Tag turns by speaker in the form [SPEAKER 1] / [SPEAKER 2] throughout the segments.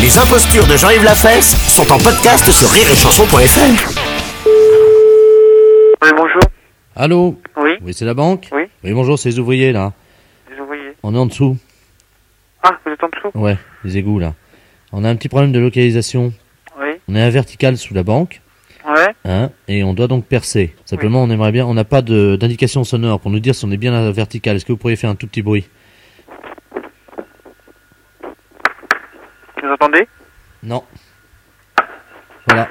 [SPEAKER 1] Les impostures de Jean-Yves Lafesse sont en podcast sur rireetchanson.fr.
[SPEAKER 2] Oui, bonjour.
[SPEAKER 3] Allô
[SPEAKER 2] Oui,
[SPEAKER 3] Oui, c'est la banque
[SPEAKER 2] Oui.
[SPEAKER 3] bonjour, c'est les ouvriers, là.
[SPEAKER 2] des ouvriers.
[SPEAKER 3] On est en dessous.
[SPEAKER 2] Ah, vous êtes en dessous
[SPEAKER 3] Ouais, les égouts, là. On a un petit problème de localisation.
[SPEAKER 2] Oui.
[SPEAKER 3] On est à vertical sous la banque,
[SPEAKER 2] Ouais.
[SPEAKER 3] hein, et on doit donc percer. Simplement, on aimerait bien... On n'a pas de- d'indication sonore pour nous dire si on est bien à vertical. Est-ce que vous pourriez faire un tout petit bruit
[SPEAKER 2] Vous entendez
[SPEAKER 3] Non. Voilà.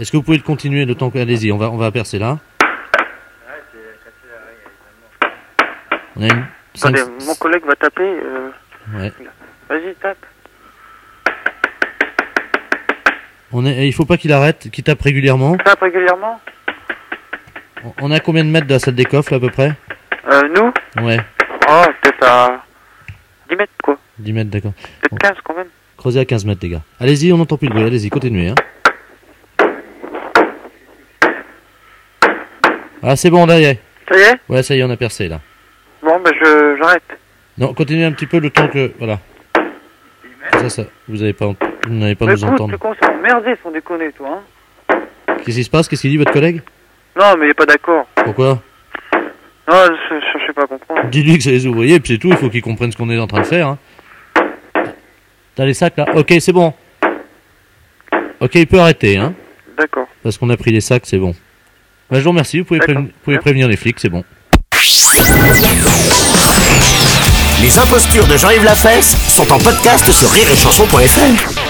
[SPEAKER 3] Est-ce que vous pouvez le continuer le temps que... Allez-y, on va, on va percer, là. On a une... cinq-
[SPEAKER 2] Attendez, mon collègue va taper. euh,
[SPEAKER 3] Ouais.
[SPEAKER 2] Vas-y, tape.
[SPEAKER 3] On est... Il faut pas qu'il arrête, qu'il tape régulièrement.
[SPEAKER 2] Tape régulièrement
[SPEAKER 3] On- On a combien de mètres de la salle des coffres, là, à peu près
[SPEAKER 2] euh, Nous
[SPEAKER 3] Ouais,
[SPEAKER 2] Oh, peut-être à 10 mètres, quoi.
[SPEAKER 3] 10 mètres, d'accord.
[SPEAKER 2] Peut-être 15 quand même.
[SPEAKER 3] Creusez à 15 mètres, les gars. Allez-y, on n'entend plus le bruit. Allez-y, continuez. Hein. Ah, c'est bon, là, y est.
[SPEAKER 2] Ça y est
[SPEAKER 3] Ouais, ça y est, on a percé, là.
[SPEAKER 2] Bon, ben je, j'arrête.
[SPEAKER 3] Non, continuez un petit peu le temps que... Voilà. Ça, ça, vous n'allez pas, ent- vous n'allez pas
[SPEAKER 2] Mais
[SPEAKER 3] nous
[SPEAKER 2] écoute,
[SPEAKER 3] entendre.
[SPEAKER 2] tu commences à emmerder sans déconner, toi. Hein.
[SPEAKER 3] Qu'est-ce qui se passe Qu'est-ce qu'il dit, votre collègue
[SPEAKER 2] Non, mais il est pas d'accord.
[SPEAKER 3] Pourquoi
[SPEAKER 2] Non, je, je, je sais pas comprendre.
[SPEAKER 3] Dis-lui que c'est les ouvriers, puis c'est tout. Il faut qu'ils comprennent ce qu'on est en train de faire. Hein. T'as les sacs, là Ok, c'est bon. Ok, il peut arrêter, hein.
[SPEAKER 2] D'accord.
[SPEAKER 3] Parce qu'on a pris les sacs, c'est bon. Bah, je vous remercie, vous pouvez,
[SPEAKER 2] D'accord.
[SPEAKER 3] préven- vous pouvez prévenir les flics, c'est bon.
[SPEAKER 1] Les impostures de Jean-Yves Lafesse sont en podcast sur rireetchanson.fr.